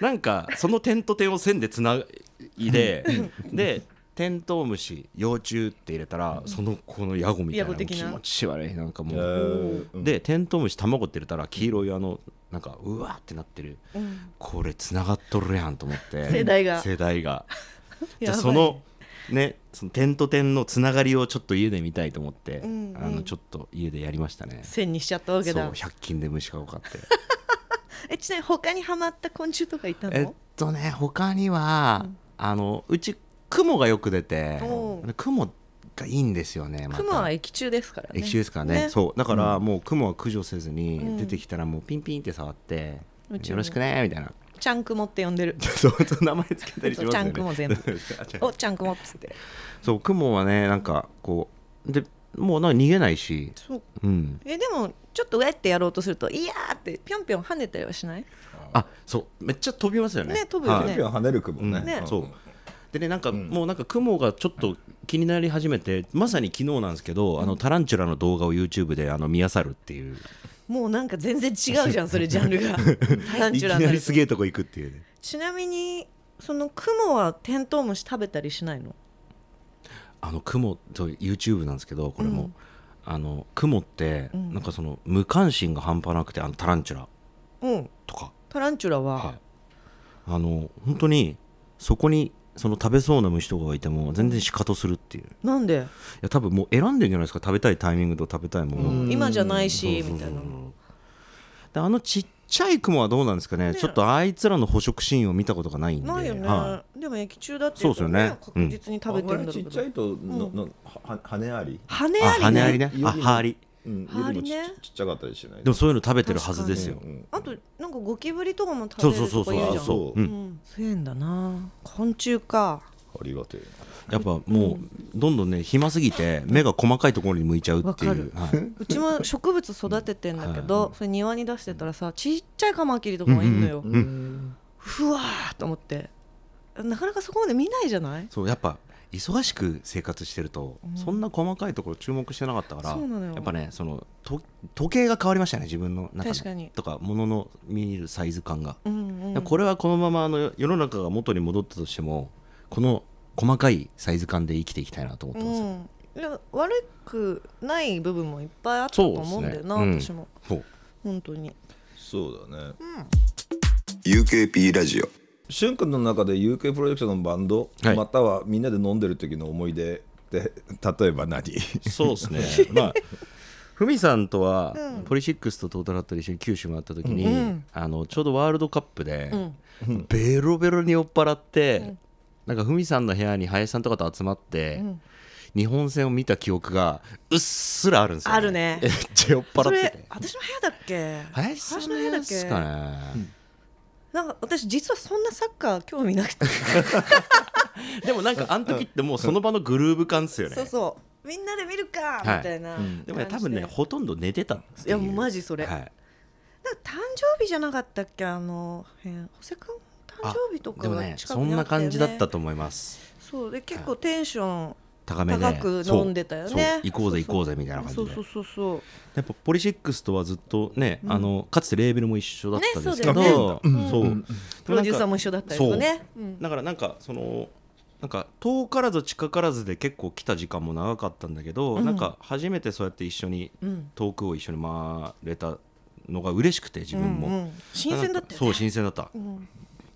なんかその点と点を線でつないででテントウムシ幼虫って入れたらそのこのヤゴみたいな
ヤゴ的な
気持ち悪いなんかも
え
う、
ーうん
でテントウムシ卵って入れたら黄色いあのなんかうわーってなってる、
うん
これつながっとるやんと思って
世代が
世代が じ
や
ゃあ
ばい
そのねその点と点のつながりをちょっと家で見たいと思って、
んうん
あのちょっと家でやりましたね
線にしちゃったわ
そ
け
う
だ
100均で虫かご 買って
えちなみに他にハマった昆虫とかいた
えっ
の
とね他には、あのうち雲がよく出て
おう
で雲がいいんですよねまた
雲は液中ですからね
液中ですからね
ね
そうだからもう雲は駆除せずに、
ん
出てきたらもうピンピンって触って「
うちも
よろしくね」みたいな
ちゃんくもって呼んでる
そうそう名前つけたりしますよ
ちゃん
ね
雲全部
あちゃん
おちゃんくもっつって
そう雲はねなんかこうでもうなんか逃げないし
そう
うん
えでもちょっとウェってやろうとするといやーってぴょんぴょん跳ねたりはしない
あそうめっちゃ飛びますよね
ね飛ぶよね
はい
ピョン跳ねる雲ね,、
うん
ね
そうでねなんか、
ん
もうなんか雲がちょっと気になり始めてまさに昨日なんですけど、あのタランチュラの動画を YouTube であの見あさるっていう
もうなんか全然違うじゃん それジャンルがタラン
い
チ
き
ュラ
な
になる
り
と
すげえとこ行くっていうね
ちなみにその雲はテントウムシ食べたりしないの
あの雲と YouTube なんですけどこれも、
うん
あの雲って、
うん
なんかその無関心が半端なくてあのタランチュラ
うん
とか
タランチュラは、
はいあの本当にそこにその食べそうな虫とかがいても全然シカトするっていうい
なんで、
や多分もう選んでるんじゃないですか食べたいタイミングと食べたいものを、
うん今じゃない
そう
し
そう
みたいな
そうそうであのちっちゃい雲はどうなんですかね
ね
ちょっとあいつらの捕食シーンを見たことがないんで
ないよね、
は
でも液中だって
そうですよね
確実に食べてるん
あんまり
だろう
ちっ
け
ちゃ
ど
いとの、のは羽あり、
羽
い、
あ
あ
り
羽
ね
ありね
よりも
あ羽あり
うん、よ
羽ア
り
リ
も
ね
ちちっちゃかったりしない
でもそういうの食べてるはずですよ
うんうん
あとなんかゴキブリとかも食べるとか言うじゃん
そうそうそうそう
う
うん
ん、そういうんだな昆虫か
ありがてえな
やっぱもうどんどんね暇すぎて目が細かいところに向いちゃうってい
わかる
う、はいう
ちも植物育ててんだけど、それ庭に出してたらさちっちゃいカマキリとかもいんのよ、ふわーっと思ってなかなかそこまで見ないじゃない
そうやっぱ忙しく生活してると、そんな細かいところ注目してなかったから
そうなのよ
やっぱねそのと時計が変わりましたね自分の中の
確かに
とかものの見るサイズ感が、
うんうん
これはこのままあの世の中が元に戻ったとしてもこの細かいサイズ感で生きていきたいなと思ってます、
うんいや悪くない部分もいっぱいあったと思うんだよな、
そうです
私
ね
も
そう
本当に
そうだね、
UKP ラジオ
しゅんくんの中で UK プロジェクトのバンド、
はい
またはみんなで飲んでる時の思い出って 例えば何
そうですね まあふみさんとは、ポリシックスとトータルアットで一緒に九州回った時に、あのちょうどワールドカップで、ベロベロに酔っ払って、なんかふみさんの部屋に林さんとかと集まって、日本戦を見た記憶がうっすらあるんですよ、
あるね
めっちゃ酔っ払
そ
っ
れ
てて
私の部屋だっけ
林さんの部屋ですかね、
なんか私実はそんなサッカー興味なくて
でもなんかあの時ってもうその場のグルーブ感ですよね。
そうそうみんなで見るか
はい
みたいな、
でもね多分ね
感じ
ほとんど寝てたって
いやもうマジそれ
はい、
なんか誕生日じゃなかったっけあの辺補瀬君誕生日と
で
か
も
が
ね
近く
そん
にあ
な
ったよね
感じだったと思います。
そうで結構テンション
高めで
高く飲んでたよね
そうそう行こ
そう
うぜ行
そう
こうぜみたいな感じ
そ
で
うそうそうそう
やっぱポリシックスとはずっとね、あのかつてレーベルも一緒だったんですけど、
ねそ
そう,、
プロデューサーも一緒だったりとかね
そうだからなんかそのなんか遠からず近からずで結構来た時間も長かったんだけど、なんか初めてそうやって一緒に遠くを一緒に回れたのが嬉しくて自分も、
うんうん新鮮だったよね
そう新鮮だった、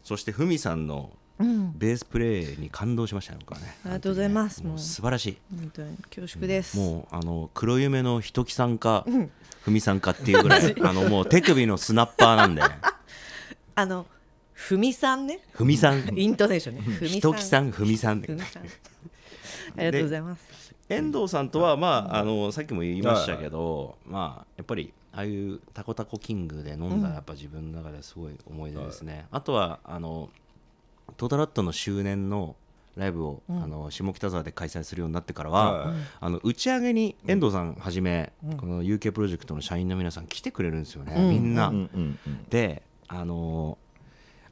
そしてふみさんのベースプレーに感動しましたね僕はね
ありがとうございます
も
もう
う素晴らしい
本当に恐縮です、
もうあの黒夢のひときさんかふみ、さんかっていうぐらいあのもう手首のスナッパーなん で
あのふみさんね
ふみさん
イントネーションねふみ
ひときさ
ん
んふみさん
ふみ さんありがとうございます
遠藤さんとは、まあ、あのさっきも言いましたけど、まあ、やっぱりああいうタコタコキングで飲んだらやっぱ自分の中ですごい思い出ですね、あとはあのトータラットの周年のライブを、あの下北沢で開催するようになってからは、
は
あの打ち上げに遠藤さんはじめ、この UK プロジェクトの社員の皆さん来てくれるんですよね、みんな。
いうんうんうん
であの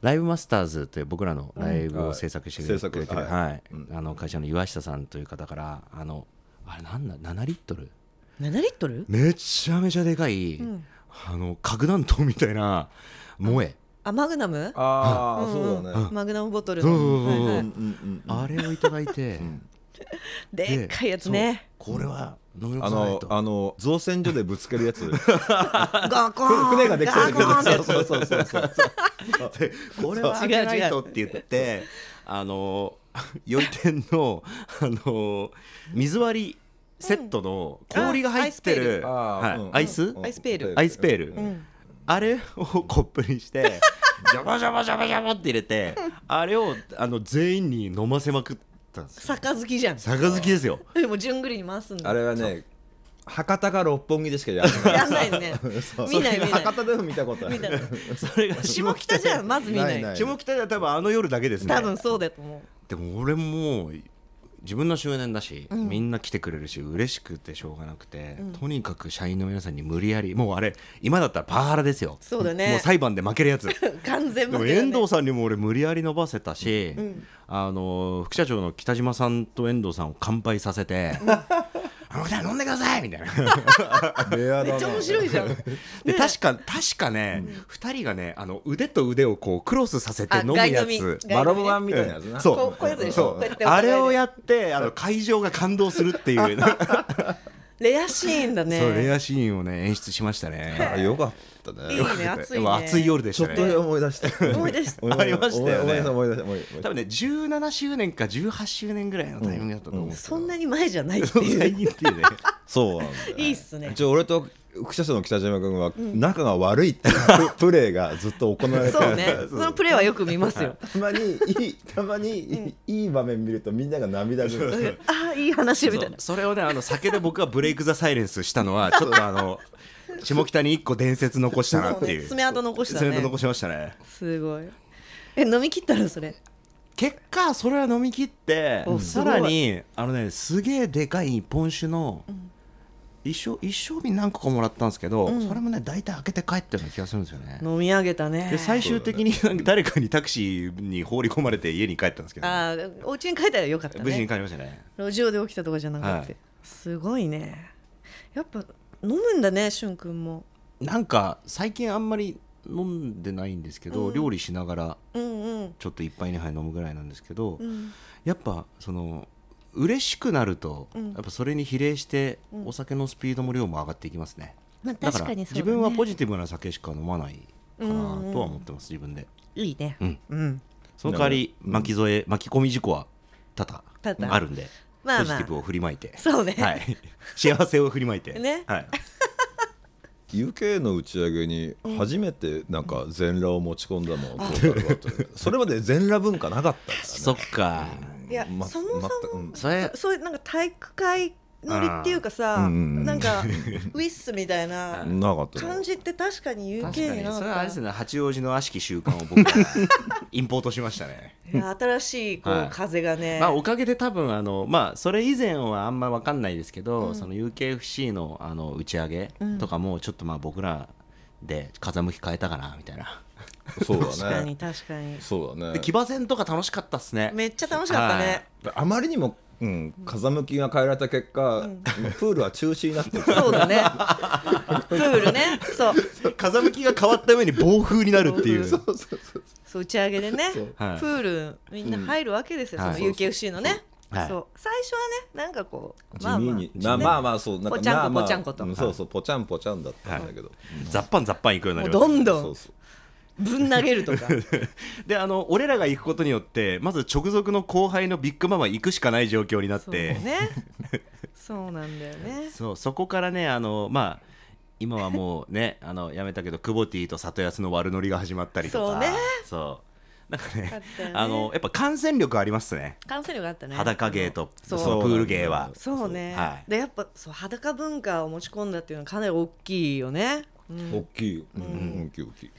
ライブマスターズという僕らのライブを制作してくれ
はい制
て
作
る、
はい
はい
うん
あの会社の岩下さんという方からあのあれなんだ7リットル
7リットル
めちゃめちゃでかい、
ん
あの核弾頭みたいな萌え、
あマグナム
ああそうだね
マグナムボトル
そう
の
そうそうそう
はいは
うんう
い
んうん
あれをいただいて、
でっかいやつね
そうこれは飲み
あ
干さない
の
と
あの造船所でぶつけるやつ
ガコーン
船ができてるけ
ガコーン
どそうそうそうそう
でこれは開けないとって言ってあのより天のあの水割りセットの氷が入ってる、
うんあアイスペールあー
は
うん
い、アイス
うん
アイスペール
アイスペール、
ん
あれをコップ にしてジャバジャバジャバジャバって入れてあれをあの全員に飲ませまくったんですよ
杯じゃん
杯ですよ
でも順繰りに回すんだ
あれはね博多か六本木でしかやらない
やんないね
そう
見ない見ない
博多でも見たことあ
見た
る
それ が
下北じゃまず見ない
ない
下北では多分あの夜だけですね
多分そうだと思う
でも俺もう自分の周年だし、みんな来てくれるし嬉しくてしょうがなくて、とにかく社員の皆さんに無理やりもうあれ今だったらパワハラですよ
そうだね
もう裁判で負けるやつ
完全
で
負
も
けだね
遠藤さんにも俺無理やり伸ばせたし、あの副社長の北島さんと遠藤さんを乾杯さ せて「あのさん飲んでください!」みたいな
レアだな
めっちゃ面白い じゃん
で確か確かね、二2人がねあの腕と腕をこうクロスさせて
あ
飲むや
外飲み
つ
バロボマンみたいなやつな
そう
こうこういうやつでし
そ
ょこうやって
う
お互
あ
いで
れをやってあの会場が感動する っていう
レアシーンだね
そうレアシーンをね演出しましたね
あよかったね
いいね暑い
で
ね
も暑い夜でし
ちょ
た
っと
ね
思い出した
思い出した
思い出
ありましたよ
思い
ね
出した思い出した思い出した
多分ね17周年か18周年ぐらいのタイミングだったと思うんですけど
そんなに前じゃないって
そん
い
な
う
にっていうね
そうなんだよ
いいっすね
一応俺と副社長の北島君は仲が悪いっていう プレーがずっと行われて
そう ねそのプレーはよく見ますよ
たまにいいたまにいい場面見るとみんなが涙ぐる
ああいい話みたいな
それをねあの酒で僕がブレイク・ザ・サイレンスしたの はちょっとあの下北に一個伝説残したなっ
そ
ていう
うね爪痕残したね
爪痕残しましたね
すごいえ飲み切ったらそれ
結果それは飲み切って
おす
さ
ごい
らにあのねすげえでかいポン酒の一生一生瓶何個かもらったんですけど、それもね大体開けて帰ったような気がするんですよね、
飲み上げたね
で最終的になんか誰かにタクシーに放り込まれて家に帰ったんですけど、
ああお家に帰ったらよかった
無事に
ね
帰りましたね
路上で起きたとかじゃなく
は
て
い
すごいねやっぱ飲むんだねしゅんくんも
なんか最近あんまり飲んでないんですけど、料理しながら
うんうん
ちょっと一杯二杯飲むぐらいなんですけど、
うん
やっぱその嬉しくなると、
ん
やっぱそれに比例してお酒のスピードも量も上がっていきますね、
まあ
だから
確かにそうだね
自分はポジティブな酒しか飲まないかなとは思ってます自分で
いいね
うん
うん
その代わり巻き添え巻き込み事故は多
多々
々あるんで
まあまあ
ポジティブを振りまいて
そうね
はい幸せを振りまいて
ね
はい
UK の打ち上げに初めてなんか全裸を持ち込んだもん、トータルバトルそれまで全裸文化なかったからね
そっか
いや
ま
そもそも
全くうん
それ
そ そういうなんか体育会乗りっていうか
あー
さ
うんうんうん
なんかウィッスみたい な
なかった
感じって確かに
確か
UK に
に
な
それはあ
か
れ
っ
です
た
ね八王子の悪しき習慣を 僕はインポートしましたね
いや新しいこ
は
う
い
風がね
まあ、おかげで多分あの、まあ、それ以前はあんま分かんないですけど、その UKFC のあの打ち上げとかもちょっとまあ僕らで風向き変えたかなみたいな、
そう
確か
だね
に確かに
そうだ
で
ね
騎馬戦とか楽しかったっすね
めっちゃ楽しかったね
あまりにも、うん、風向きが変えられた結果、プールは中止になってる
そうだねプールねそう
はい風向きが変わった上に暴風になるっていう
そ
暴
うそうそう
そう打ち上げでね、
そう
はい
プールみんな入るわけですよ、
うん
その UKFC のね、
はい
そう最初はねなんかこう
地味に、まあまあ、まあそうなんか
ぽちゃんこ
まあまあ
ぽちゃんこと
うんそうそうぽちゃんぽちゃんだったんだけど、
ざっぱんざっぱん行くよう
も
にな
う
り
ど
まし
ん
そ
ど
うんそう
ぶん投げるとか
たであの俺らが行くことによってまず直属の後輩のビッグママ行くしかない状況になっ
そう
てそう,、
ねそうなんだよね
そこからねあのまあ今はもうねあのやめたけど久保ティと里安の悪ノリが始まったりとか
そうね
そうなんかね
あったよね
あのやっぱ感染力ありますね
感染力あったね
裸芸と
そ
そうのプール芸は
そうね、
はい
でやっぱそう裸文化を持ち込んだっていうのはかなり大きいよね、うん
大きい、うん、大きい大きい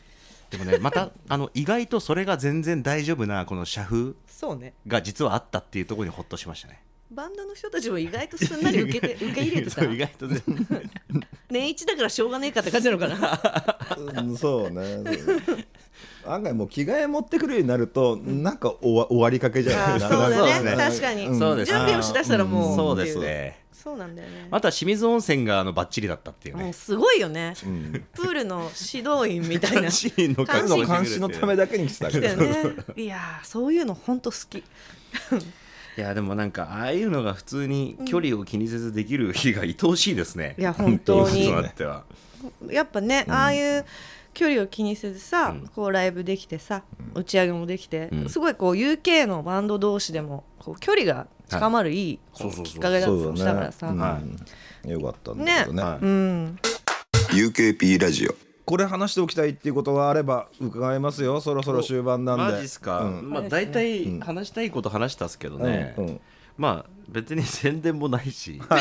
でもねまたあの意外とそれが全然大丈夫なこの社風
そうね
が実はあったっていうところにほっとしましたね
バンドの人たちも意外とすんなり受けて受け入れてた
そう意外と全然
年一だからしょうがねえかって感じなのかな
うんそうねそう案外もう着替え持ってくるようになるとなんか終わ終わりかけじゃな
あ
い
ーそ
な
う
なん
だ
か
ね確かに
うん
そうです
準備をしだしたらもう
そう
っ
で
てい
すね
そうなんだよね
また清水温泉があのバッチリだったっていう
もう
ね
すごいよね
うん
プールの指導員みたいな来
ーンの
監視
の監視のためだけに来てたけ
たよ
ど
ねいやーそういうのほんと好き
いやでもなんかああいうのが普通に距離を気にせずできる日が愛おしいですね、
いや本当
いい
に
ことあっては
やっぱね、ああいう距離を気にせずさ、こうライブできてさ、打ち上げもできて、
うん
すごいこう UK のバンド同士でもこう距離が近まるいい、こう
そうそうそう
きっかけだった
そう
りした
だ
か
ね
らさ、
うんよかったんだけどね
ね
うん
UKP ラジオ
これ話しておきたいっていうことがあれば伺いますよそろそろ終盤なんで
マジっすか、
うん
まあ大体話したいこと話したっすけどね、
うんうん
まあ別に宣伝もないし、こん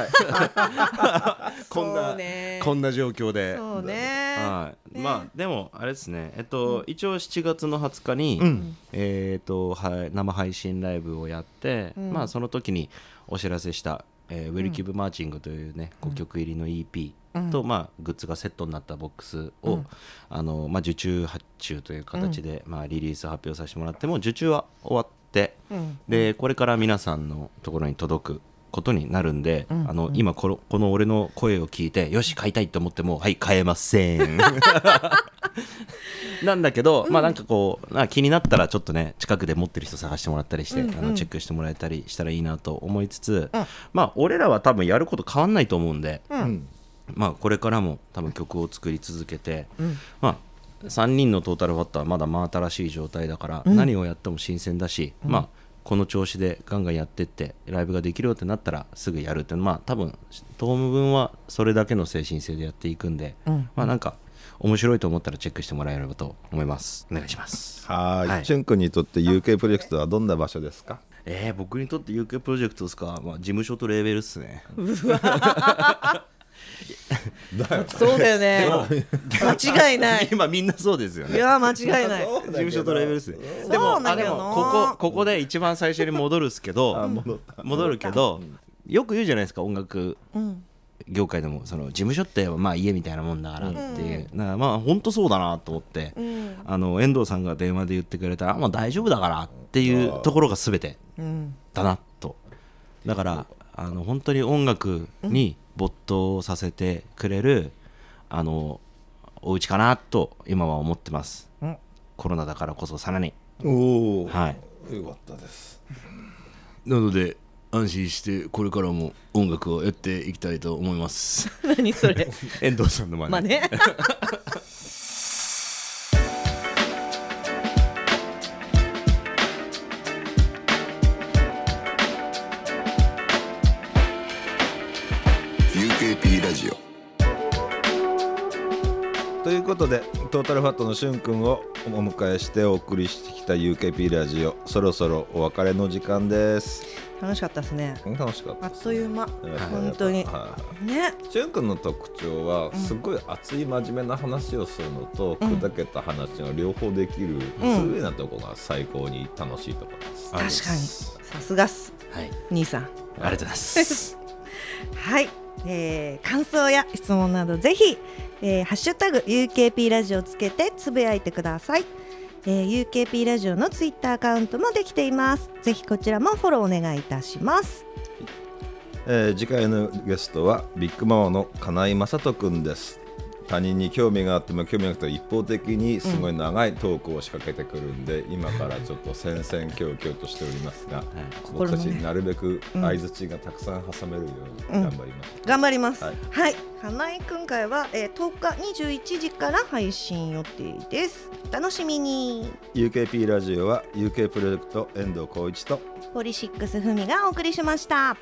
そ
な
うね
こんな状況で、
そうね
はい
ね
まあでもあれですねえっと、一応7月の20日に、えっとはい生配信ライブをやって、まあその時にお知らせした「えーウェルキブマーチング」というね、5曲入りの EP と、まあ、グッズがセットになったボックスを、あのまあ、受注発注という形で、まあ、リリース発表させてもらってもう受注は終わって、でこれから皆さんのところに届くことになるんで、あの今このこの俺の声を聞いてよし買いたいと思ってもはい買えません なんだけど、まあなんかこうなんか気になったらちょっとね近くで持ってる人探してもらったりして、あのチェックしてもらえたりしたらいいなと思いつつ、まあ俺らは多分やること変わんないと思うんで、まあこれからも多分曲を作り続けて、まあ3人のトータルファットはまだ真新しい状態だから、何をやっても新鮮だし、まあこの調子でガンガンやってってライブができるよってなったらすぐやるってまあ多分当分はそれだけの精神性でやっていくんで、まあなんか面白いと思ったらチェックしてもらえればと思いますお願いします
はい、
はい
チュン君にとって UK プロジェクトはどんな場所ですか
えー、僕にとって UK プロジェクトですか、まあ、事務所とレーベルっすね
そうだよね間違いない
今みんなそうですよ
い
ね
や間違いない
事務所とレーベルっすね
そう
で
な
も
んだ
あ
け
で
どな
もここここで一番最初に戻るっすけど戻るけどよく言うじゃないですか音楽
うん
業界でもその事務所ってまあ家みたいなもんだからっていう、だからまあ本当そうだなと思って、
ん
あの遠藤さんが電話で言ってくれた「まあ大丈夫だから」っていうところが全て
うん
だなとだからあの本当に音楽に没頭させてくれるあのお家かなと今は思ってます、
ん
コロナだからこそさらに
おお、
はい
よかったです
なので安心してこれからも音楽をやっていきたいと思います
何そ れ
遠藤さんの真似、
まあね
UKP ラジオ
ということでトータルファットのしゅん君をお迎えしてお送りしてきた UKP ラジオそろそろお別れの時間です
楽しかったですね
楽しかった
あっという間
です
本当に
はい
ね
しゅん君の特徴はすごい熱い真面目な話をするのと、砕けた話の両方できる通なとこが最高に楽しいところです、
確かにさすがっす
はい、あり
兄さん
がとうございます
はい、えー感想や質問などぜひ、えーハッシュタグ UKP ラジオ」つけてつぶやいてください、えー UKP ラジオのツイッターアカウントもできていますぜひこちらもフォローお願いいたします
えー次回のゲストはビッグママの金井雅人君です他人に興味があっても興味なくても一方的にすごい長いトークを仕掛けてくるんで、今からちょっと戦々恐々としておりますが、僕たちなるべく相づちがたくさん挟めるように頑張ります、
頑張りますは
はいい、
花井くん会は、えー10日21時から配信予定ですお楽しみに
UKP ラジオは UK プロジェクト遠藤浩一と
ポリシックスふみがお送りしました